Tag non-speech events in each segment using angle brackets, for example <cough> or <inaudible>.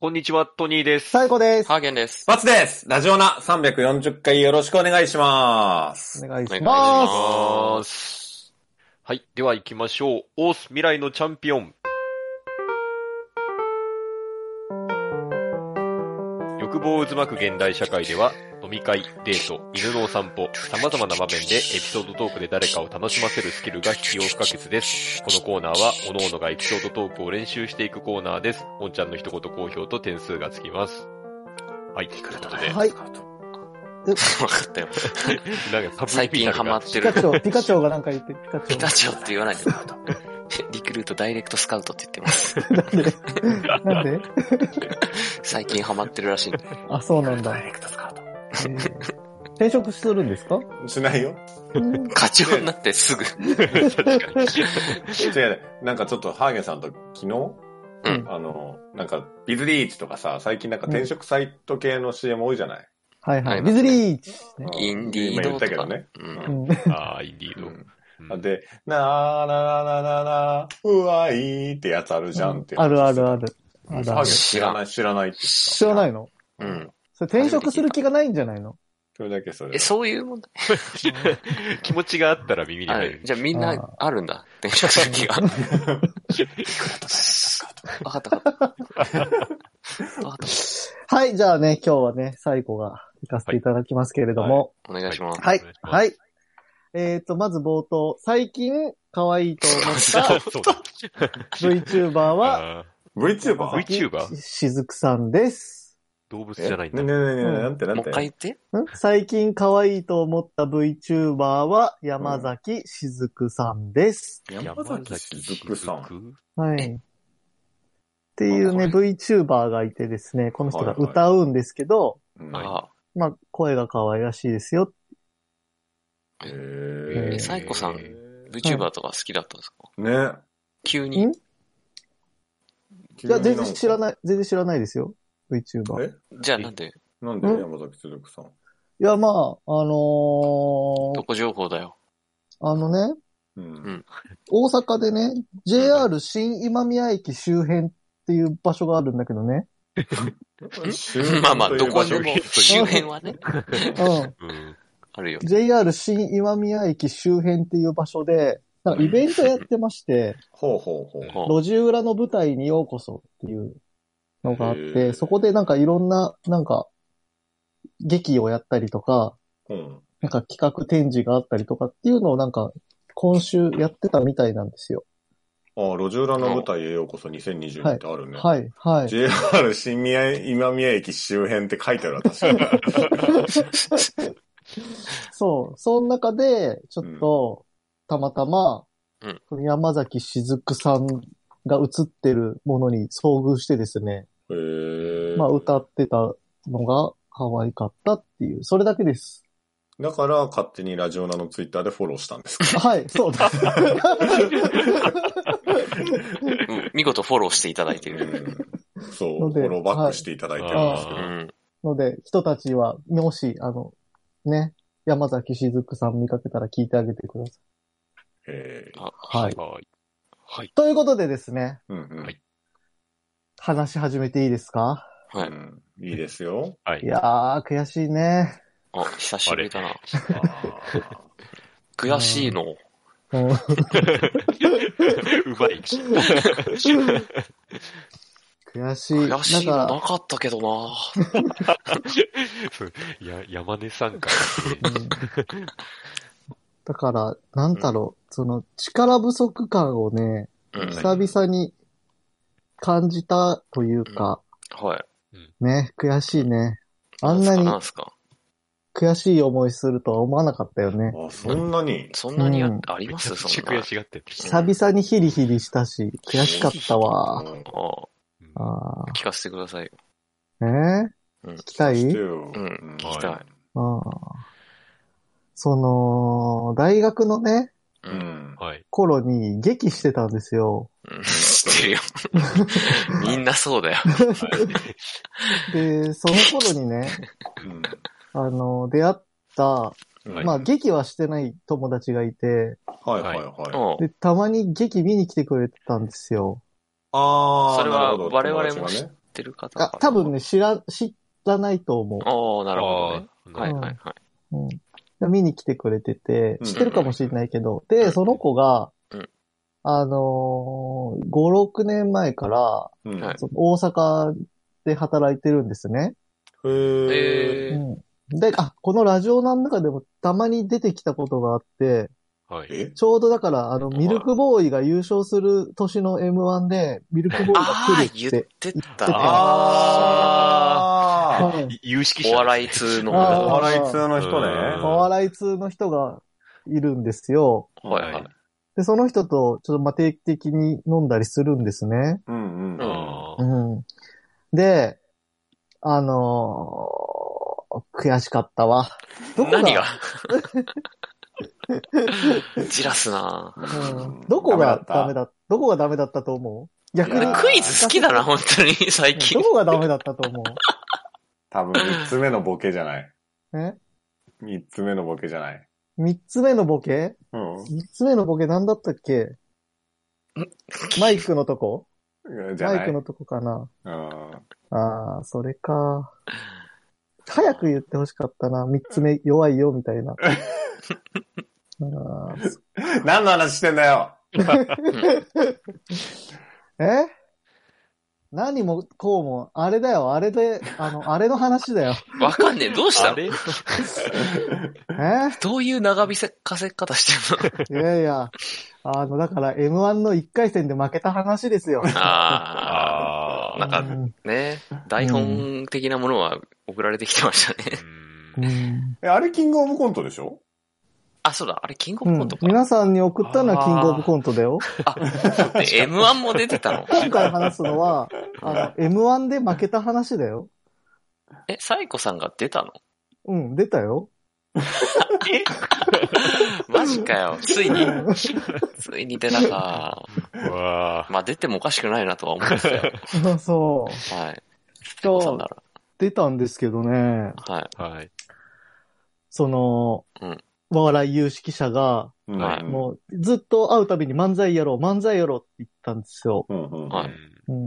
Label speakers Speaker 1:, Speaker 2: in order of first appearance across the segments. Speaker 1: こんにちは、トニーです。
Speaker 2: 最後です。
Speaker 3: ハーゲンです。
Speaker 4: バツですラジオナ340回よろしくお願いします。
Speaker 2: お願いし
Speaker 3: お願いし
Speaker 2: ま
Speaker 3: ま
Speaker 1: はい。では行きましょう。オース未来のチャンピオン。欲望を渦巻く現代社会では、飲み会、デート、犬のお散歩、様々な場面でエピソードトークで誰かを楽しませるスキルが必要不可欠です。このコーナーは、各々がエピソードトークを練習していくコーナーです。おんちゃんの一言好評と点数がつきます。はい。ということで、
Speaker 2: す。はい。
Speaker 3: わか <laughs> ったよ。
Speaker 1: なんかサブリミナルが
Speaker 3: 最近ハマっ
Speaker 2: ピ
Speaker 3: て
Speaker 2: カ
Speaker 3: る。
Speaker 2: チョウ、ピカチョウがなんか言って、ピカチ
Speaker 3: ピ
Speaker 2: ョ
Speaker 3: カチョウって言わないでもらうと。リクルートダイレクトスカウトって言ってます。
Speaker 2: ウ。なんで
Speaker 3: 最近ハマってるらしいんで。
Speaker 2: あ、そうなんだ。
Speaker 3: レクトスカウト。
Speaker 2: えー転職するんですか
Speaker 4: しない <laughs> よ。
Speaker 3: 課長になってすぐ。
Speaker 1: 確かに。
Speaker 4: 違うね。なんかちょっとハーゲンさんと昨日、
Speaker 3: うん
Speaker 4: あの、なんかビズリーチとかさ、最近なんか転職サイト系の CM 多いじゃない、
Speaker 2: はいは
Speaker 3: あり
Speaker 2: い。
Speaker 3: ま
Speaker 2: ビ
Speaker 3: す
Speaker 2: ズリーチ。
Speaker 4: うん
Speaker 3: インディー
Speaker 4: 今言
Speaker 3: ド
Speaker 4: ったけ
Speaker 3: と
Speaker 4: ど
Speaker 3: か。
Speaker 4: ね。
Speaker 3: う。
Speaker 2: うんん。
Speaker 1: ああ、インディード。うん
Speaker 4: で、なーなーなーなーなー、うわいーってやつあるじゃんって。
Speaker 2: あるあるあ。る。
Speaker 4: ハ
Speaker 2: あ
Speaker 4: ー
Speaker 2: る
Speaker 4: ゲ
Speaker 2: あ
Speaker 4: ン
Speaker 2: る。
Speaker 4: 知らない、知らないって言った
Speaker 2: 知らないの
Speaker 3: うん。
Speaker 2: それ転職する気がないんじゃないの
Speaker 4: それだけそれ。
Speaker 3: え、そういう問題
Speaker 1: 気持ちがあったら耳に
Speaker 3: あ
Speaker 1: 入
Speaker 3: る
Speaker 1: る。
Speaker 3: じゃあみん
Speaker 2: あ
Speaker 3: な
Speaker 2: ー
Speaker 3: あるんだ。 <laughs> 転職先が。わかったわ
Speaker 1: <laughs>
Speaker 3: かった。わかった。
Speaker 2: はい、じゃあね、今日はね、最後が行かせていただきますけれども。
Speaker 3: お願いします。
Speaker 2: はい、
Speaker 1: は
Speaker 2: はい。えっと、まず冒頭、最近、可愛いと思っ
Speaker 1: あ
Speaker 2: た
Speaker 1: そう
Speaker 2: VTuber は、
Speaker 1: だ。
Speaker 4: VTuber?
Speaker 1: え VTuber？
Speaker 2: ししずくさんです。
Speaker 1: 動物
Speaker 4: え
Speaker 1: じゃないん
Speaker 4: ね
Speaker 1: だ。
Speaker 4: ねねねね、なんてなん
Speaker 3: もう
Speaker 4: て。
Speaker 3: 一回言って。
Speaker 2: ん最近可愛いと思った VTuber は山崎しずくさんです。
Speaker 4: 山崎しずくさん。
Speaker 1: ん。
Speaker 2: はい。っていうね、
Speaker 3: あ
Speaker 2: VTuber がいてですね、この人が歌うんですけど、
Speaker 4: うん
Speaker 3: ああ。
Speaker 2: まあ、声が可愛らしいですよ。
Speaker 4: へ
Speaker 2: え
Speaker 4: ー
Speaker 2: ー
Speaker 3: サイコさん
Speaker 1: えー
Speaker 3: VTuber とか好きだったんですか
Speaker 4: ね。
Speaker 3: 急に
Speaker 2: ん。いや、全然知らない、全然知らないですよ。VTuber。い
Speaker 4: え
Speaker 3: じゃあなんで、
Speaker 4: なんで
Speaker 2: ん
Speaker 4: 山崎つるくさん。
Speaker 2: や、まあ、あの
Speaker 3: ど
Speaker 2: ー、
Speaker 3: こ情報だよ。
Speaker 2: あのね、
Speaker 4: うん。
Speaker 2: 大阪でね、JR 新今宮駅周辺っていう場所があるんだけどね。
Speaker 3: <laughs> まあまあ、どこでも、周
Speaker 2: 周
Speaker 3: 辺
Speaker 2: 辺
Speaker 3: はね、
Speaker 2: うん。
Speaker 1: うん。
Speaker 2: <laughs>
Speaker 3: あるよ。
Speaker 2: JR 新今宮駅周辺っていう場所で、なんかイベントやってまして、
Speaker 4: ほうほうほう。
Speaker 3: も
Speaker 2: 路地裏の舞台にようこそっていうのがあっ
Speaker 4: へ
Speaker 2: て、
Speaker 4: ー
Speaker 2: そこでなんかいろんな、なんか、劇をやったりとか、
Speaker 4: うん。
Speaker 2: なんか企画展示があったりとかっていうのをなんか、今週やってたみたいなんですよ。
Speaker 4: ああ、路地裏の舞台へようこそ2020ってあるね。
Speaker 2: はい、はい。
Speaker 4: JR 新宮、今宮駅周辺って書いてある、
Speaker 2: <laughs>
Speaker 4: 私。
Speaker 2: そう、その中で、ちょっと、たまたま、
Speaker 3: うん
Speaker 2: その山崎しずくさんが映ってるものに遭遇してですね、
Speaker 4: へえ。
Speaker 2: まあ、歌ってたのが可愛かったっていう、それだけです。
Speaker 4: だから、勝手にラジオナのツイッターでフォローしたんですか。
Speaker 2: はい、そうです。
Speaker 3: ううん見事フォローしていただいて
Speaker 4: う
Speaker 3: る。
Speaker 4: んそう、フ
Speaker 2: ので
Speaker 4: ォローバックしていただいてるんですけ
Speaker 3: うん。
Speaker 4: ど。
Speaker 2: ので、人たちは、もし、あの、ね、山崎しずくさん見かけたら聞いてあげてくださ
Speaker 4: へえ。
Speaker 3: あ
Speaker 2: い。はい。
Speaker 1: はい。はい。
Speaker 2: ということでですね、
Speaker 4: うんうん。
Speaker 1: はい
Speaker 2: 話し始めていいですか
Speaker 3: はいう
Speaker 4: んいいですよ。
Speaker 1: はい <laughs>
Speaker 2: い。やー、悔しいね。
Speaker 3: あ、久しぶりだな。
Speaker 4: ああ
Speaker 3: 悔しいの。
Speaker 2: うん、
Speaker 1: うまい。 <laughs>
Speaker 2: 悔しい。
Speaker 3: 悔しいの
Speaker 2: なん
Speaker 3: な
Speaker 2: か、
Speaker 3: かったけどな。
Speaker 2: <laughs>
Speaker 1: そうや、山根さんか。
Speaker 2: うんだから、なんだろう、その、力不足感をね、
Speaker 3: うん。
Speaker 2: 久々に感じたというか、
Speaker 3: はい。
Speaker 2: ね、悔しいね。あんなに
Speaker 3: なんすか
Speaker 2: 悔しい思いするとは思わなかったよね。
Speaker 4: あ、そんなに。
Speaker 3: そんなにや
Speaker 2: うん
Speaker 3: あります
Speaker 1: めちゃ
Speaker 3: そ
Speaker 1: くちゃ
Speaker 3: んな
Speaker 1: 悔。しがってる。
Speaker 2: 久々にヒリヒリしたし、悔しかったわ。
Speaker 4: うん
Speaker 3: あ
Speaker 1: うん
Speaker 2: あ
Speaker 3: 聞かせてくださいよ。
Speaker 2: あ、ねえ
Speaker 3: うん
Speaker 2: 聞きたい
Speaker 4: してよ
Speaker 3: うん聞きたい
Speaker 4: は
Speaker 2: ああその、大学のね、
Speaker 3: う。
Speaker 4: うんん。
Speaker 1: はい。
Speaker 2: 頃に劇してたんですよ。
Speaker 3: うん知ってる
Speaker 2: <laughs>
Speaker 3: よ。みんなそうだよ。
Speaker 2: で、その頃にね、
Speaker 4: うん
Speaker 2: あの、出会った、
Speaker 4: うん
Speaker 2: まあ劇はしてない友達がいて、
Speaker 4: はいはいはい。
Speaker 3: うん
Speaker 2: で、たまに劇見に来てくれてたんですよ。
Speaker 4: ああ、
Speaker 3: それは
Speaker 4: なるほど
Speaker 3: 我々も
Speaker 4: 友達がね
Speaker 3: ってる方か
Speaker 2: あ
Speaker 3: な、
Speaker 2: 多分ね、。知ら、知らないと思
Speaker 3: ああ、なるほどね。
Speaker 1: あー
Speaker 3: はいはいはい。
Speaker 2: う。うん。見に来てくれてて、
Speaker 4: うん
Speaker 2: 知ってるかもしれないけど、
Speaker 3: う
Speaker 2: で、
Speaker 3: ん
Speaker 2: その子が
Speaker 3: うん、
Speaker 2: あのー、5、6年前から、
Speaker 4: うん。
Speaker 3: はい
Speaker 2: その大阪で働いてるんですね。
Speaker 4: へー
Speaker 3: えー
Speaker 2: うん。で、あ、このラジオなん中でもたまに出てきたことがあって、
Speaker 1: はい。
Speaker 4: え
Speaker 2: ちょうどだから、あの、ミルクボーイが優勝する年の M1 で、ミルクボーイ
Speaker 3: ああ
Speaker 2: が、来
Speaker 3: 言
Speaker 2: るっ。
Speaker 3: っててた。
Speaker 1: あ
Speaker 4: あ
Speaker 2: はい
Speaker 1: い有識
Speaker 3: お
Speaker 1: 者。
Speaker 3: 笑い通の。
Speaker 2: あ
Speaker 4: あ
Speaker 2: ー
Speaker 4: お
Speaker 3: は
Speaker 4: 笑い通の人ね。
Speaker 1: うん
Speaker 2: お笑い通の人がいるんですよ。
Speaker 3: いはい。
Speaker 2: で、その人と、ちょっと、まあ、定期的に飲んだりするんですね。
Speaker 4: うんうんうん。
Speaker 1: あ
Speaker 2: う
Speaker 1: ー
Speaker 2: ん。で、あのー悔しかったわ。どこが、
Speaker 3: <laughs> 何がじらすなぁ
Speaker 2: うん、どこがダ
Speaker 4: ダ
Speaker 2: メ
Speaker 4: メ
Speaker 2: だどこがダメだったと思う逆
Speaker 4: い
Speaker 2: に
Speaker 4: や。
Speaker 3: クイズ好きだな、本当に、最
Speaker 2: ど
Speaker 3: 近。 <laughs>
Speaker 2: こがダメだったと思
Speaker 4: 多分三つ目のボケじ
Speaker 2: <laughs>
Speaker 4: ゃない。
Speaker 2: うえ
Speaker 4: 三つ目のボケじゃない。
Speaker 2: 三つ目のボケ
Speaker 4: うん。
Speaker 2: 三つ目のボケ何だったっけマイクのとこ
Speaker 4: じゃ
Speaker 2: マ
Speaker 4: な
Speaker 2: イク
Speaker 4: い。
Speaker 2: のとこかな
Speaker 4: うん。
Speaker 2: ああ、それか。早く言ってほしかったな。三つ目弱いよ、みたい
Speaker 3: <laughs>
Speaker 2: な。あー
Speaker 4: 何の話してんだよ
Speaker 2: え何もこうも、あれだよ、あれで、あの、 <laughs> あれの話だよ。
Speaker 3: わかんねえ。どうした
Speaker 1: あ
Speaker 3: の
Speaker 1: れ
Speaker 2: え
Speaker 3: どういう長引かせ方 <laughs> してんの
Speaker 2: いやいや、あの、だから M1 の1回戦で負けた話ですよ。
Speaker 3: あ
Speaker 1: あ
Speaker 3: あ、
Speaker 1: ー
Speaker 3: なん
Speaker 2: う
Speaker 3: か
Speaker 2: ん
Speaker 3: ね、台本的なものは送られてきてましたね。
Speaker 1: うん
Speaker 2: うん
Speaker 4: え、あれキングオブコントでしょ
Speaker 3: あ、そうだ、あれ、キングオ
Speaker 2: う
Speaker 3: ブコ
Speaker 2: ん
Speaker 3: ント、か。
Speaker 2: 皆さんに送ったのはキングオブコントだよ。
Speaker 3: あ、で M1 も出てたの。
Speaker 2: 今回話すのは、あの、M1 で負けた話だよ。
Speaker 3: え、サイコさんが出たの
Speaker 2: うん、出たよ。
Speaker 3: マジかよ。つい <laughs> に、ついに出たか。
Speaker 1: うわ
Speaker 3: まあ、出てもおかしくないなとは思ってた
Speaker 2: <laughs>
Speaker 3: よ。
Speaker 2: そう。
Speaker 3: はい。サイコさん
Speaker 2: と
Speaker 3: な、ら。
Speaker 2: 出たんですけどね、
Speaker 3: はい。
Speaker 1: ーはい。
Speaker 2: その、
Speaker 3: うん
Speaker 2: お笑い有識者が、
Speaker 4: うん
Speaker 3: はい
Speaker 2: もうずっと会うたびに漫才やろう、漫才やろうって言ったんですよ。
Speaker 4: うんうん
Speaker 1: う
Speaker 3: はい
Speaker 1: ん
Speaker 2: うん、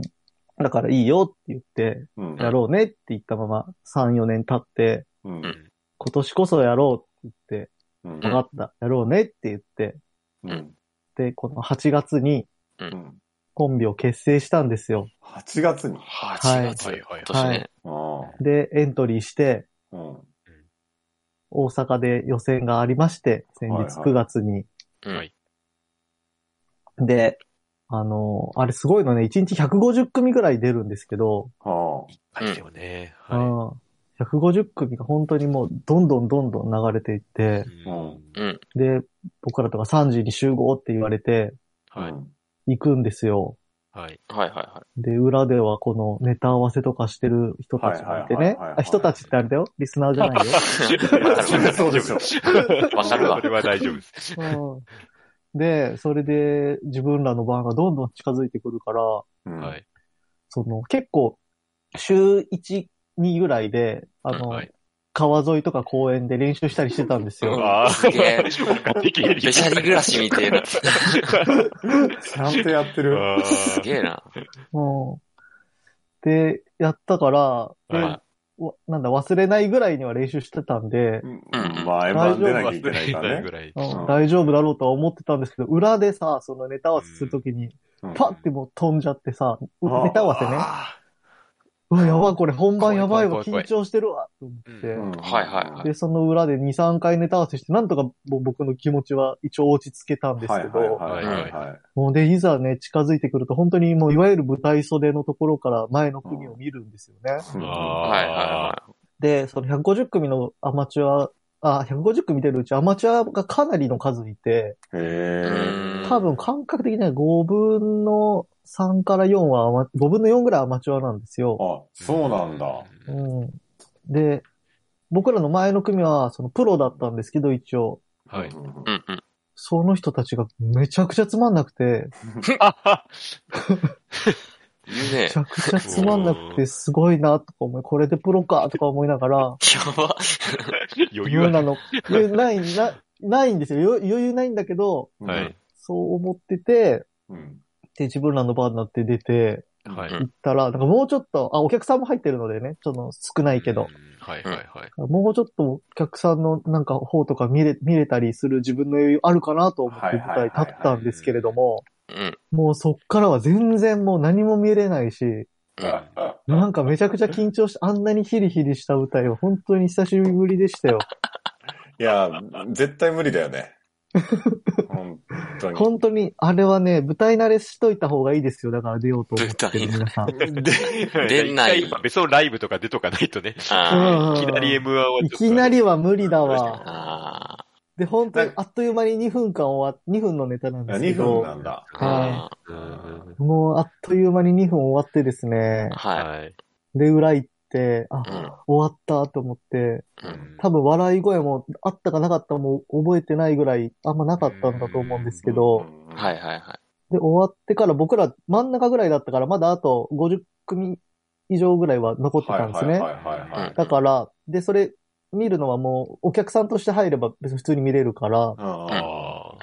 Speaker 2: だからいいよって言って、
Speaker 4: うん
Speaker 2: やろうねって言ったまま3、4年経って、
Speaker 3: う
Speaker 4: う
Speaker 3: んん
Speaker 2: 今年こそやろうって言って、
Speaker 4: うん
Speaker 2: 分かった、やろうねって言って、
Speaker 4: うん
Speaker 2: で、この8月に
Speaker 4: うん
Speaker 2: コンビを結成したんですよ。
Speaker 4: 8月に。
Speaker 3: 8月、
Speaker 1: はいはい
Speaker 3: 今年ね。
Speaker 4: あー
Speaker 2: で、エントリーして、
Speaker 4: うん
Speaker 2: 大阪で予選がありまして、先
Speaker 4: はい
Speaker 2: 日
Speaker 4: はい
Speaker 2: 9月に。
Speaker 3: うん
Speaker 1: はい
Speaker 2: で、あの、あれすごいのね、1日150組ぐらい出るんですけど、
Speaker 4: はあ
Speaker 1: 一回ですよね。
Speaker 2: う
Speaker 1: は
Speaker 2: ん150組が本当にもうどんどんどんどん流れていって
Speaker 1: い。、う
Speaker 4: うん
Speaker 1: ん
Speaker 3: うん。
Speaker 2: で、僕らとか3時に集合って言われて
Speaker 1: はい。
Speaker 2: 行くんですよ。
Speaker 1: はい。
Speaker 3: はいはいは
Speaker 2: で、裏ではこのネタ合わせとかしてる人たちがいて
Speaker 4: はいは
Speaker 2: ね
Speaker 4: いはいはいはい。
Speaker 2: あ人たちってあれだよ。リスナーじゃないよ。
Speaker 4: うんそうでしょ。
Speaker 3: わかるわ
Speaker 1: それは大丈夫です。 <laughs>
Speaker 2: うんで、それで自分らの番がどんどん近づいてくるから、
Speaker 4: うん
Speaker 1: はい。
Speaker 2: その結構週1、2ぐらいで、あの、
Speaker 1: はい。
Speaker 2: 川沿いとか公園で練習したりしてたんですよ。
Speaker 1: ああ、
Speaker 3: すげえ
Speaker 1: 本的
Speaker 3: <laughs> い。
Speaker 1: <laughs>
Speaker 3: ベシャリ暮らしみたいな。
Speaker 4: ちゃんとやってる。
Speaker 3: すげえな。
Speaker 2: うんで、やったから、で
Speaker 1: は
Speaker 2: わなんだ、忘れないぐらいには練習してたんで、
Speaker 4: うんまあ、M1 出なきゃいけないからね
Speaker 1: ぐ。らい。
Speaker 2: うん
Speaker 4: うん
Speaker 2: 大丈夫だろうとは思ってたんですけど、裏でさ、そのネタ合わせするときに、
Speaker 4: うん
Speaker 2: パッてもう飛んじゃってさ、う
Speaker 4: ああ
Speaker 2: ネタ合わせね。
Speaker 4: あ
Speaker 2: うわ、やばい、これ本番やばいわ、
Speaker 1: 怖い怖
Speaker 2: 緊
Speaker 1: い怖い
Speaker 2: 張してるわ、と思っ
Speaker 4: ーうん
Speaker 2: て。
Speaker 3: はいはいはい
Speaker 2: で、その裏で2、3回ネタ合わせして、なんとかもう僕の気持ちは一応落ち着けたんです
Speaker 4: はい
Speaker 2: け
Speaker 4: はい
Speaker 2: ど、
Speaker 4: はいはいはい。
Speaker 2: もうで、いざね、近づいてくると、本当にもういわゆる舞台袖のところから前の組を見るんですよね。
Speaker 4: うん
Speaker 1: あ
Speaker 3: はいはいは
Speaker 2: で、その150組のアマチュア、あ、150組出るうちアマチュアがかなりの数いて、
Speaker 4: へ
Speaker 3: い。
Speaker 4: え。
Speaker 3: うん
Speaker 2: 多分感覚的には5分の3から4はアマ、5分の4ぐらいアマチュアなんですよ。
Speaker 4: あ、そうなんだ。
Speaker 2: うん。で、僕らの前の組は、そのプロだったんですけど、一応、
Speaker 1: はい。
Speaker 4: う
Speaker 3: うんうん。
Speaker 2: その人たちがめちゃくちゃつまんなくて、
Speaker 3: 言う
Speaker 2: め
Speaker 3: ね
Speaker 2: ち。ゃくちゃつまんなくて、すごいな、とか思い、これでプロか、とか思いながら、
Speaker 3: やば。
Speaker 1: 余裕
Speaker 2: 余裕
Speaker 1: は
Speaker 2: なの。余裕ない、な、ないんですよ。余余裕ないんだけど、
Speaker 4: ん
Speaker 1: はい。
Speaker 2: そう思ってて、
Speaker 4: うん
Speaker 2: で、自分らの番になって出て、
Speaker 1: はい。
Speaker 3: うん
Speaker 2: 行ったら、なんかもうちょっと、あ、お客さんも入ってるのでね、ちょっと少ないけ
Speaker 1: う
Speaker 2: ど
Speaker 1: ん、。はいはいはい。
Speaker 2: もうちょっとお客さんのなんか方とか見れ、見れたりする自分の余裕あるかなと思って
Speaker 4: はい
Speaker 2: 舞
Speaker 4: はいはいは
Speaker 2: 台
Speaker 4: い
Speaker 2: 立ったんですけれども、
Speaker 3: うん。
Speaker 2: もうそっからは全然もう何も見れないし、
Speaker 3: うん。
Speaker 2: なんかめちゃくちゃ緊張して、あんなにヒリヒリした舞台は本当に久しぶりでしたよ。
Speaker 4: いや、絶対無理だよね。本当に。
Speaker 2: 本当に、あれはね、舞台慣れしといた方がいいですよ。だから出ようと思ってる
Speaker 3: 舞台慣れ
Speaker 2: 皆さん。
Speaker 1: 出
Speaker 3: 出ない
Speaker 1: 別のライブとか出とかないとね。
Speaker 4: <laughs>
Speaker 3: あ
Speaker 2: うん
Speaker 1: いきなり M1 はちょっと
Speaker 2: いきなりは無理だ
Speaker 3: あ。
Speaker 2: わ。
Speaker 3: ああ。
Speaker 2: で、本当にあっという間に2分間終わっ、2分のネタなんですけ
Speaker 4: 2
Speaker 2: ど。
Speaker 4: 分なんだ。。
Speaker 2: は
Speaker 1: うん
Speaker 2: もうあっという間に2分終わってですね。
Speaker 3: は
Speaker 1: はい。
Speaker 2: で、裏行って、あ、
Speaker 3: い。うん。
Speaker 2: 終わったと思って、
Speaker 3: うん。
Speaker 2: 多分笑い声もあったかなかったも覚えてないぐらい、あんまなかったんだと思うんですけど、
Speaker 3: はいいはいは
Speaker 2: で、終わってから僕ら真ん中ぐらいだったから、まだあと50組以上ぐらいは残って
Speaker 4: はい
Speaker 2: た
Speaker 4: は
Speaker 2: ん
Speaker 4: い
Speaker 2: です
Speaker 4: はい
Speaker 2: ね。
Speaker 4: はいはい。
Speaker 2: だから、で、それ見るのはもうお客さんとして入れば別に普通に見れるから、
Speaker 4: うんうん
Speaker 1: あ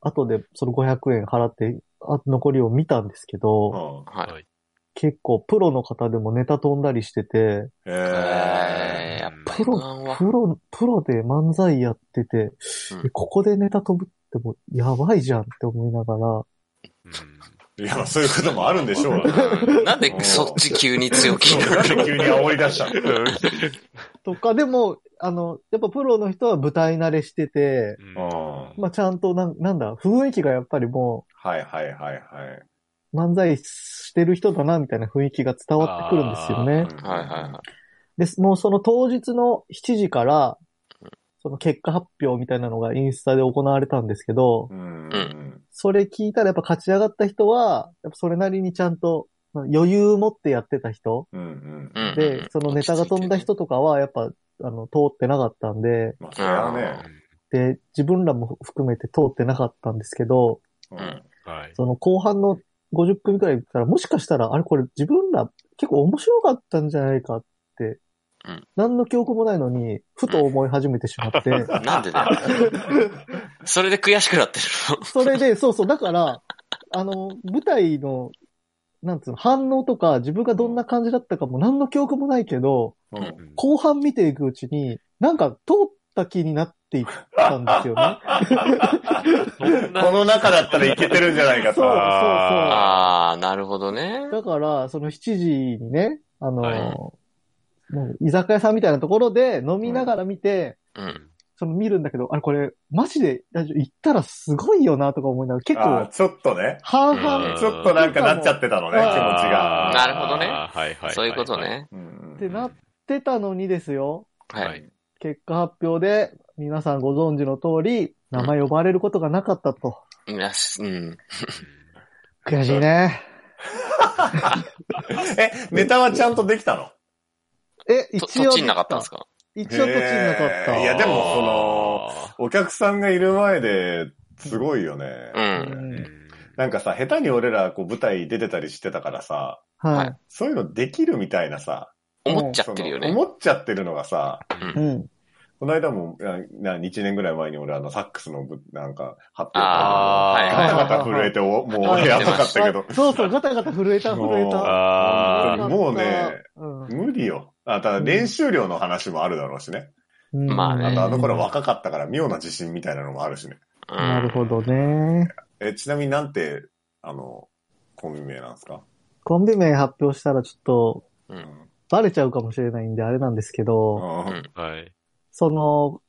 Speaker 2: 後でその500円払って、あ残りを見たんですけ
Speaker 4: う
Speaker 2: ど、
Speaker 4: ん
Speaker 3: い。はい。
Speaker 2: 結構プロの方でもネタ飛んだりしてて、
Speaker 3: え
Speaker 4: え
Speaker 3: ー、やっぱ
Speaker 2: プ
Speaker 3: り
Speaker 2: ロ
Speaker 3: M1 は。
Speaker 2: プロ、プロで漫才やってて、
Speaker 3: うん
Speaker 2: ここでネタ飛ぶってもうやばいじゃんって思いながら、
Speaker 4: ーいや、そういうこともあるんでしょうね。
Speaker 3: うんなんでそっち急に強気にな
Speaker 4: なんで
Speaker 3: る
Speaker 4: 急に煽り出したの
Speaker 2: とか、でも、あの、やっぱプロの人は舞台慣れしてて、
Speaker 1: うん
Speaker 4: うん
Speaker 2: まあちゃんとなん、なんだ、雰囲気がやっぱりも
Speaker 4: <laughs> はいはいはいはい。
Speaker 2: う漫才してる人だなみたいな雰囲気が伝わってくるんですよね。
Speaker 4: うん
Speaker 3: はいはいは
Speaker 2: で、もうその当日の7時から、その結果発表みたいなのがインスタで行われたんですけど、
Speaker 4: うん
Speaker 3: う
Speaker 2: それ聞いたらやっぱ勝ち上がった人は、やっぱそれなりにちゃんと余裕持ってやってた人、
Speaker 4: うんうん。
Speaker 3: い。うん
Speaker 2: で、そのネタが飛んだ。人とかは、やっぱ、あの、通ってなかったんで、
Speaker 4: まあ、それはね。
Speaker 2: で、自分らも含めて通ってなかったんですけど、
Speaker 4: うん
Speaker 3: ん
Speaker 1: はい。
Speaker 2: その後半の50組くらい行ったら、もしかしたら、あれこれ自分ら結構面白かったんじゃないかって、
Speaker 3: うん
Speaker 2: 何の記憶もないのに、ふと思い始めてしまって、
Speaker 3: <laughs> なんでだよ。 <laughs> それで悔しくなってる
Speaker 2: それで、そうそう、だから、あの、舞台の、なんつうの、反応とか、自分がどんな感じだったかも何の記憶もないけど、
Speaker 4: うん
Speaker 2: 後半見ていくうちに、なんか通った気になっていったんですよね。
Speaker 1: そんな
Speaker 4: この中だったらいけてるんじゃないかと。
Speaker 2: そうそう
Speaker 3: の。
Speaker 1: あ
Speaker 3: ああ、なるほどね。
Speaker 2: だから、その7時にね、あの、
Speaker 1: はい
Speaker 2: なんか居酒屋さんみたいなところで飲みながら見て、
Speaker 3: うん。
Speaker 2: その見るんだけど、あれこれ、マジで大丈夫行ったらすごいよなとか思いながら、結
Speaker 4: あー
Speaker 2: 構、
Speaker 4: ちょっとね。
Speaker 2: 半
Speaker 1: うん
Speaker 2: 々
Speaker 4: ちょっとなんかなっちゃってたのね、気持ち
Speaker 1: あー
Speaker 4: が。
Speaker 3: なるほどね
Speaker 1: はいはいはい。
Speaker 3: そういうこと。ね。
Speaker 4: うん
Speaker 2: ってなってたのにですよ、
Speaker 1: は
Speaker 3: はい。
Speaker 1: い。
Speaker 2: 結果発表で、皆さんご存知の通り、名前呼ばれることがなかったと。
Speaker 3: いや、しうん。
Speaker 2: 悔しいね。
Speaker 4: え、ネタはちゃんとできたの
Speaker 2: え、
Speaker 3: と、
Speaker 2: 一応。
Speaker 3: 土地になかったんですか
Speaker 2: 一応土地になかった。
Speaker 4: へーいやでもそ
Speaker 1: の、
Speaker 4: お客さんがいる前で、すごいよね。
Speaker 3: うん。
Speaker 1: うん
Speaker 4: なんかさ、下手に俺らこう舞台出てたりしてたからさ、
Speaker 2: は
Speaker 3: はいい。
Speaker 4: そういうのできるみたいなさ。
Speaker 3: 思っちゃってるよ
Speaker 4: そ
Speaker 3: ね
Speaker 4: の。思っちゃってるのがさ、
Speaker 2: う
Speaker 3: うん
Speaker 2: ん。
Speaker 4: この間も、な、1年ぐらい前に俺あのサックスのぶなんか発表
Speaker 3: あーはい
Speaker 4: ガタガタ震えて、おもうやばかったけど
Speaker 2: あ。そうそう、ガタガタ震えた、震えた。
Speaker 1: あ
Speaker 4: ーもうね
Speaker 2: うん、
Speaker 4: 無理よ。あ、ただ練習量の話もあるだろうしね。
Speaker 2: うん
Speaker 3: まあね
Speaker 4: あとあの頃若かったから妙な自信みたいなのもあるしね。
Speaker 3: うん
Speaker 2: なるほ。どね。
Speaker 4: え、ちなみになんて、あの、コンビ名なんですか
Speaker 2: コンビ名発表したらちょっと、
Speaker 3: うん。
Speaker 2: バレちゃうかもしれないんで、あれなんですけ
Speaker 4: う
Speaker 2: ど、
Speaker 4: ん。
Speaker 1: はい。
Speaker 2: その、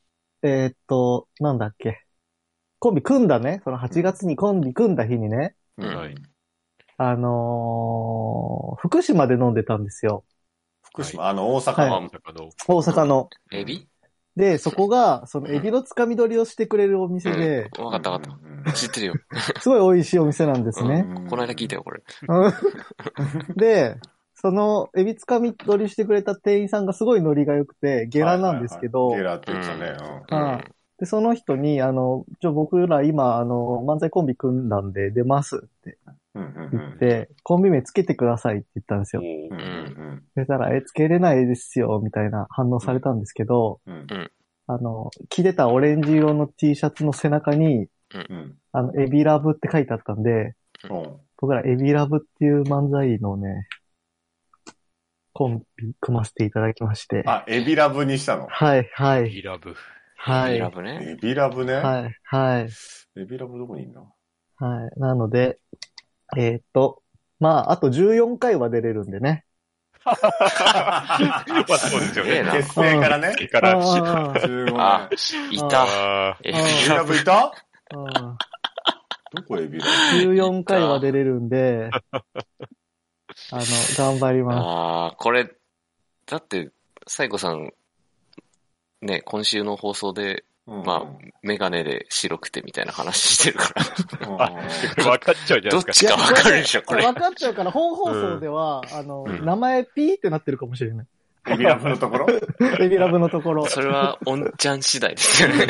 Speaker 2: えーっと、なんだっけ。コンビ組んだね。その8月にコンビ組んだ日にね、
Speaker 3: う
Speaker 4: う
Speaker 3: ん
Speaker 4: ん
Speaker 1: はい
Speaker 2: あのー福島で飲んでたんですよ。
Speaker 4: 福島、あの、大阪
Speaker 1: まあま
Speaker 4: の
Speaker 1: さかの
Speaker 2: 大阪の。
Speaker 3: エビ
Speaker 2: で、そこが、その、エビのつかみ取りをしてくれるお店で、
Speaker 3: わかったわかっ
Speaker 4: うん
Speaker 3: た。知ってるよ。
Speaker 2: すごい美味しいお店なんですね。
Speaker 4: うん
Speaker 3: この間聞いたよ、これ。
Speaker 2: で、その、エビつかみ取りしてくれた店員さんがすごいノリが良くて、ゲラなんですけど、
Speaker 4: はいはいはいゲラって言ってたね。
Speaker 2: う
Speaker 3: う
Speaker 2: ん
Speaker 3: ん。
Speaker 2: で、その人に、あの、ちょ、僕ら今、あの、漫才コンビ組んだんで出ますって
Speaker 4: うん。うんうん
Speaker 2: 言って、コンビ名つけてくださいって言ったんですよ。
Speaker 4: うんうん
Speaker 2: そしたら、え、つけれないですよ、みたいな反応されたんですけど、
Speaker 4: うんうん
Speaker 2: あの、着てたオレンジ色の T シャツの背中に、
Speaker 4: うん
Speaker 2: あの、エビラブって書いてあったんで、
Speaker 4: うん
Speaker 2: 僕らエビラブっていう漫才のね、コンビ組ませていただきまして。
Speaker 4: あ、エビラブにしたの。
Speaker 2: はい、は
Speaker 1: イ
Speaker 2: い、
Speaker 1: ラブ。
Speaker 2: はい。
Speaker 3: エビラ
Speaker 2: は
Speaker 3: ブね。
Speaker 4: エビラブね。
Speaker 2: い、はい、はい。
Speaker 4: エビラブどこにいんの
Speaker 1: <laughs>
Speaker 2: なので、えーっと、まあ、あと14回は出れるんでね。
Speaker 1: まあそうですよ
Speaker 3: ええ
Speaker 1: ね。
Speaker 3: な
Speaker 4: 結成からね。
Speaker 1: 結から。
Speaker 2: あー
Speaker 4: 15
Speaker 3: あ
Speaker 4: 年。
Speaker 3: いた。
Speaker 1: あー
Speaker 3: エビ
Speaker 4: エビラブいた
Speaker 2: あ
Speaker 4: どこエビラ
Speaker 2: ー14回は出れるんで、あの、頑張りま
Speaker 3: ああ、これ、だって、サイコさん、ね、今週の放送で、
Speaker 4: ブうん
Speaker 3: まメガネで白くてみたいな話してるから、
Speaker 4: うん
Speaker 1: わかっちゃうじゃな
Speaker 3: ど
Speaker 1: い
Speaker 3: っ
Speaker 1: です
Speaker 3: ち
Speaker 2: い
Speaker 3: か
Speaker 2: や
Speaker 3: わかるでしょ、
Speaker 2: す。
Speaker 3: これ。
Speaker 2: 分かっちゃうから、本放送では、あの、
Speaker 3: うん
Speaker 2: 名前ピーってなってるかもしれない。
Speaker 4: エビラブのところ
Speaker 2: エビラブのところ。
Speaker 3: それは、おんちゃん次第ですよ
Speaker 2: <laughs>
Speaker 3: ね。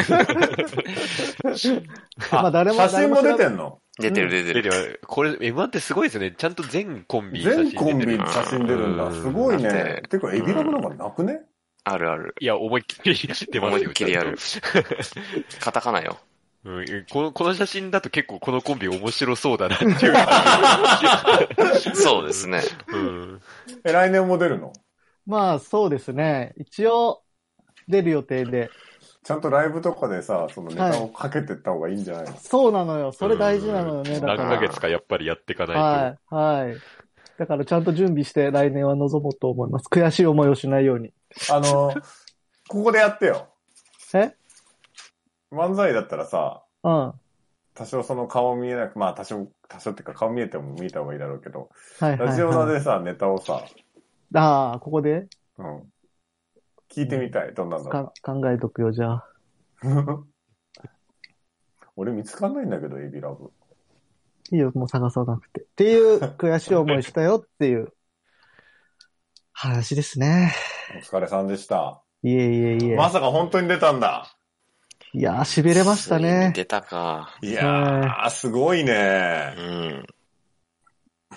Speaker 2: まあ、誰も、
Speaker 4: 写真も出て
Speaker 2: る。
Speaker 4: んの
Speaker 3: 出てる出て
Speaker 1: か。で
Speaker 3: る。
Speaker 1: もこれ、M1 ってすごいですね。ちゃんと全コンビ写真出て
Speaker 4: 全
Speaker 1: る
Speaker 4: コンビ写真出るん
Speaker 1: う
Speaker 4: だ。
Speaker 1: ん
Speaker 4: すごい
Speaker 3: だっ
Speaker 4: ね
Speaker 3: て。
Speaker 4: てか、エビラブなんかなくね
Speaker 3: あるある。
Speaker 1: いや、思いっきり出ま
Speaker 3: 思
Speaker 1: すよ
Speaker 3: いっきりやる。カタカナよ。
Speaker 1: うん、この、この写真だと結構このコンビ面白そうだなっていう。
Speaker 3: そうですね。
Speaker 1: うん。
Speaker 4: え、来年も出るの
Speaker 2: まあ、そうですね。一応、出る予定で。
Speaker 4: ちゃんとライブとかでさ、そのネタをかけてった方がいいんじゃないの
Speaker 2: そうなのよ。それ大事なのよね。
Speaker 1: うん
Speaker 2: だ
Speaker 1: 何
Speaker 2: か
Speaker 1: ヶ
Speaker 2: ら。
Speaker 1: 月かやっぱりやっていかない
Speaker 2: はい、はい。だから、ちゃんと準備して来年は臨もうと思います。悔しい思いをしないように。
Speaker 4: あの、ここでやってよ。
Speaker 2: え
Speaker 4: 漫才だったらさ、
Speaker 2: うん。は
Speaker 4: 多少その顔見えなく、まあ多少、多少っていうか顔見えても見た方がいいだろうけど、
Speaker 2: いはい、はい。
Speaker 4: ラジオナでさ、ネタをさ、
Speaker 2: ああ、ここで
Speaker 4: うん。聞いてみたい。どんなんだろ
Speaker 2: か考えとくよ、じゃあ。
Speaker 4: う。 <laughs> 俺見つかんないんだけど、エビラブ。
Speaker 2: いいよ、もう探さなくて。っていう、悔しい思いしたよっていう、話ですね。
Speaker 4: お疲れさんでした。
Speaker 2: いえいえいえ。
Speaker 4: まさか本当に出たんだ。
Speaker 2: いやー、痺れました
Speaker 3: ついに
Speaker 2: ね。
Speaker 3: 出たか。
Speaker 4: いやー、すごいうね。
Speaker 3: ん。
Speaker 4: よ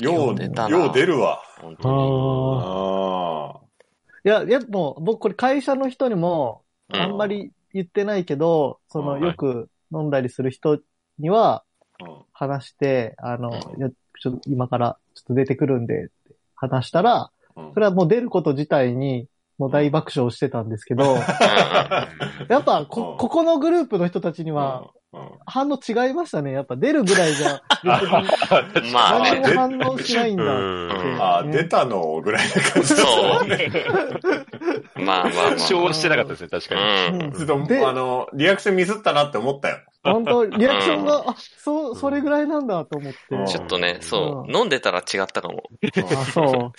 Speaker 3: よう出た
Speaker 4: う、
Speaker 3: な
Speaker 4: よう出るわ。
Speaker 3: 本
Speaker 2: あ
Speaker 3: 当
Speaker 2: ー
Speaker 4: あ
Speaker 2: いや、いや、もう、僕これ会社の人にも、
Speaker 3: うん
Speaker 2: あんまり言ってないけど、その、
Speaker 1: はい
Speaker 2: よく飲んだりする人には
Speaker 4: ーうん
Speaker 2: 話して、あの、
Speaker 3: う
Speaker 2: いやちょっと今からちょっと出てくるんで、って話したら、
Speaker 4: うん
Speaker 2: それはもう出ること自体に、もう大爆笑してたんですけ
Speaker 4: <laughs>
Speaker 2: ど、
Speaker 3: に。
Speaker 1: と。
Speaker 2: やっぱ
Speaker 4: う
Speaker 2: こ
Speaker 4: ん、
Speaker 2: ここのグループの人たちには、
Speaker 4: うんうん <laughs>
Speaker 2: 反応違いましたね。やっぱ出るぐらいじゃ、
Speaker 3: うんまあ
Speaker 2: 何
Speaker 3: ね。
Speaker 2: も反応しないん
Speaker 1: う
Speaker 2: だって。
Speaker 1: ん。
Speaker 4: あー、出たのぐらいの感じだった
Speaker 3: そう
Speaker 4: もんね。
Speaker 3: まあまあまあ。
Speaker 1: 昭和してなかったですね、確かに。
Speaker 3: う。
Speaker 2: うんん
Speaker 4: ちょっ
Speaker 2: で
Speaker 4: と、あの、リアクションミスったなって思ったよ。
Speaker 2: 本当、リアクションが、あ、そう、それぐらいなんだと思っ
Speaker 4: うん
Speaker 2: て。
Speaker 3: ちょっとね、そう。飲んでたら違ったかも。
Speaker 2: あ、そう。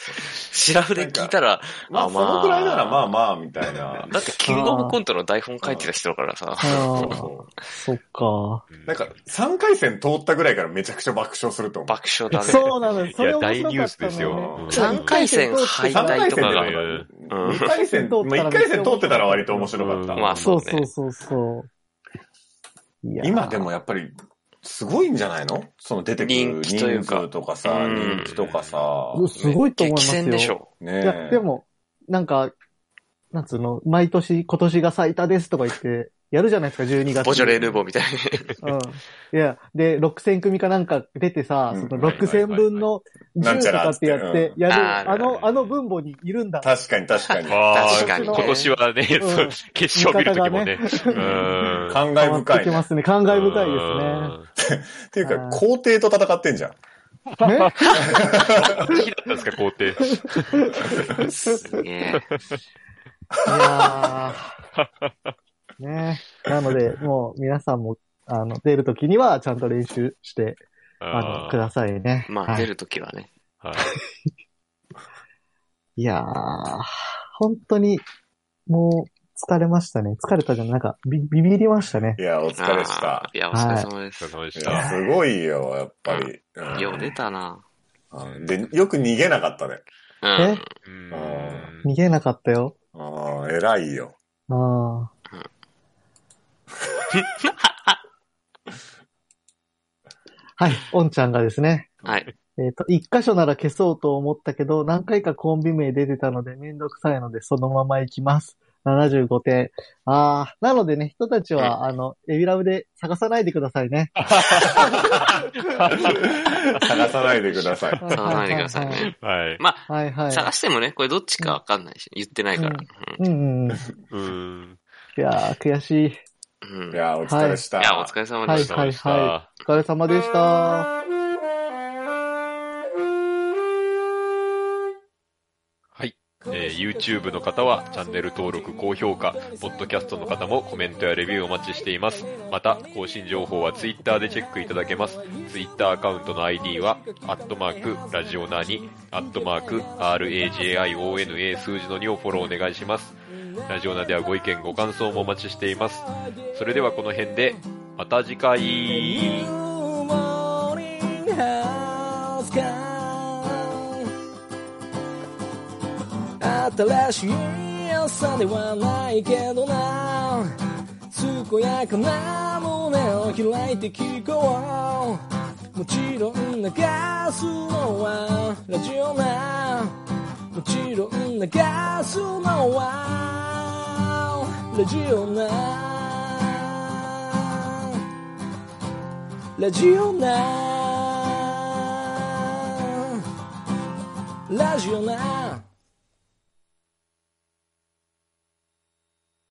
Speaker 3: 白筆聞いたら、
Speaker 4: まあ、
Speaker 3: あ
Speaker 4: そ
Speaker 3: まあ
Speaker 4: のくらいならまあまあ、みたい
Speaker 3: <laughs>
Speaker 4: な。
Speaker 3: だってキングオブコントの台本書いてた人だからさ。
Speaker 2: あ
Speaker 4: そう
Speaker 2: あ、
Speaker 4: そ
Speaker 2: そっか。
Speaker 4: うなんか、3回戦通ったぐらいからめちゃくちゃ爆笑すると思う。
Speaker 3: 爆笑だね。
Speaker 2: そうなのよ。
Speaker 1: い
Speaker 2: それ
Speaker 1: や、
Speaker 2: 面
Speaker 1: 大
Speaker 2: 白
Speaker 1: ニュ
Speaker 2: か
Speaker 1: ー
Speaker 2: っ
Speaker 1: ス
Speaker 2: たの
Speaker 1: ですよ
Speaker 2: よ。。
Speaker 1: うん
Speaker 3: 三回戦敗
Speaker 4: 3
Speaker 3: 退
Speaker 4: 回
Speaker 3: と
Speaker 4: 戦
Speaker 3: かが
Speaker 4: で
Speaker 1: 三回戦。
Speaker 3: うん
Speaker 4: 2回戦、まあ1回戦通ってたら割と面白かった。
Speaker 3: まあ
Speaker 2: そう
Speaker 3: そ
Speaker 2: そ
Speaker 3: うね
Speaker 2: うそうそう。いや
Speaker 4: 今でもやっぱり、すごいんじゃないのその出てく
Speaker 3: 人
Speaker 4: る
Speaker 3: 気という
Speaker 4: 人
Speaker 3: か
Speaker 4: 数とかさ、
Speaker 3: うん
Speaker 4: 人気とかさ。
Speaker 2: すごいと思いますよ
Speaker 3: 激戦でしょ。
Speaker 4: ね
Speaker 2: いや、
Speaker 4: え。
Speaker 2: でも、なんか、なんつうの、毎年、今年が最多ですとか言って、やるじゃないですか、12月。
Speaker 3: ボジョレ・ヌーボーみたいに。
Speaker 2: うん。いや、で、6000組かなんか出てさ、
Speaker 4: うん
Speaker 2: その6000分の10とかってや
Speaker 4: なん
Speaker 2: っ
Speaker 4: ちゃらって
Speaker 2: て、やる、
Speaker 3: あー
Speaker 2: あの、あの分母にいるんだ。
Speaker 4: 確かに確
Speaker 3: <laughs>
Speaker 4: かに。
Speaker 1: あー
Speaker 3: 確かにね
Speaker 1: 今年はね、
Speaker 2: うん
Speaker 1: そう決勝見るときもね。うん
Speaker 4: 感
Speaker 2: 変
Speaker 4: 慨
Speaker 2: わっ
Speaker 4: 深
Speaker 2: て
Speaker 4: い
Speaker 2: き
Speaker 4: ね。
Speaker 2: ますね。感慨深いで
Speaker 4: っていうか
Speaker 2: あ、ー
Speaker 4: 皇帝と戦ってんじゃん。
Speaker 2: すね。ね
Speaker 1: うん。好きだったんですか、皇帝。
Speaker 2: <laughs>
Speaker 3: すげえ。
Speaker 2: いやーねなので、もう皆さんも、あの、出るときにはちゃんと練習して、あの、くださいね。
Speaker 3: ま
Speaker 2: は
Speaker 3: あ
Speaker 2: い
Speaker 3: 出るときはね。
Speaker 1: はい
Speaker 2: いやー、本当に、もう、疲れましたね。疲れたじゃん。なんか、ビビビりましたね。
Speaker 4: いや、お疲れした
Speaker 3: あ。ーいや、お疲れ様
Speaker 1: お疲
Speaker 3: で
Speaker 1: れ
Speaker 3: す。
Speaker 1: 様でし
Speaker 4: い
Speaker 1: た。
Speaker 2: <laughs>
Speaker 4: や、すごいよ、やっぱり。うん
Speaker 3: よう出たな。
Speaker 4: うんで、よく逃げなかったね。
Speaker 3: う
Speaker 2: え
Speaker 3: ん。
Speaker 1: うん
Speaker 2: 逃げなかったよ。
Speaker 4: ああ、偉いよ。
Speaker 3: <laughs>
Speaker 2: ああ。はい、おんちゃんがですね。
Speaker 3: はい。
Speaker 2: えっ、と、一箇所なら消そうと思ったけど、何回かコンビ名出てたのでめんどくさいのでそのまま行きます。 75点。ああ、なのでね、人たちは、あの、エビラブで探さないでくださいね。
Speaker 4: 探さないでください。
Speaker 2: 探
Speaker 3: <laughs> 探さないでくださいね。
Speaker 1: はい。
Speaker 3: まあ、
Speaker 2: はいはい。
Speaker 3: 探してもね、これどっちかわかんないし、言ってないから。
Speaker 2: うんうん。いう
Speaker 1: ーん。
Speaker 2: やー、悔しい。
Speaker 3: うん。うん
Speaker 4: いやー、お疲れした。
Speaker 3: いや、お疲れ様
Speaker 2: は
Speaker 3: で
Speaker 2: い
Speaker 3: した。
Speaker 2: はい
Speaker 1: さあ
Speaker 2: はい。お疲れ様でした。
Speaker 1: はい。えー YouTube の方はチャンネル登録、高評価、Podcast の方もコメントやレビューお待ちしています。また、更新情報は Twitter でチェックいただけます。Twitter アカウントの ID は、アットマーク、ラジオナーに、アットマーク、RAJIONA 数字の2をフォローお願いします。ラジオナではご意見、ご感想もお待ちしています。それではこの辺で、また次回。
Speaker 5: Morning House 新しい朝ではないけどな健やかな胸を開いて聞こうもちろん流すのはラジオなもちろん流すのはラジオなラジオなラジオな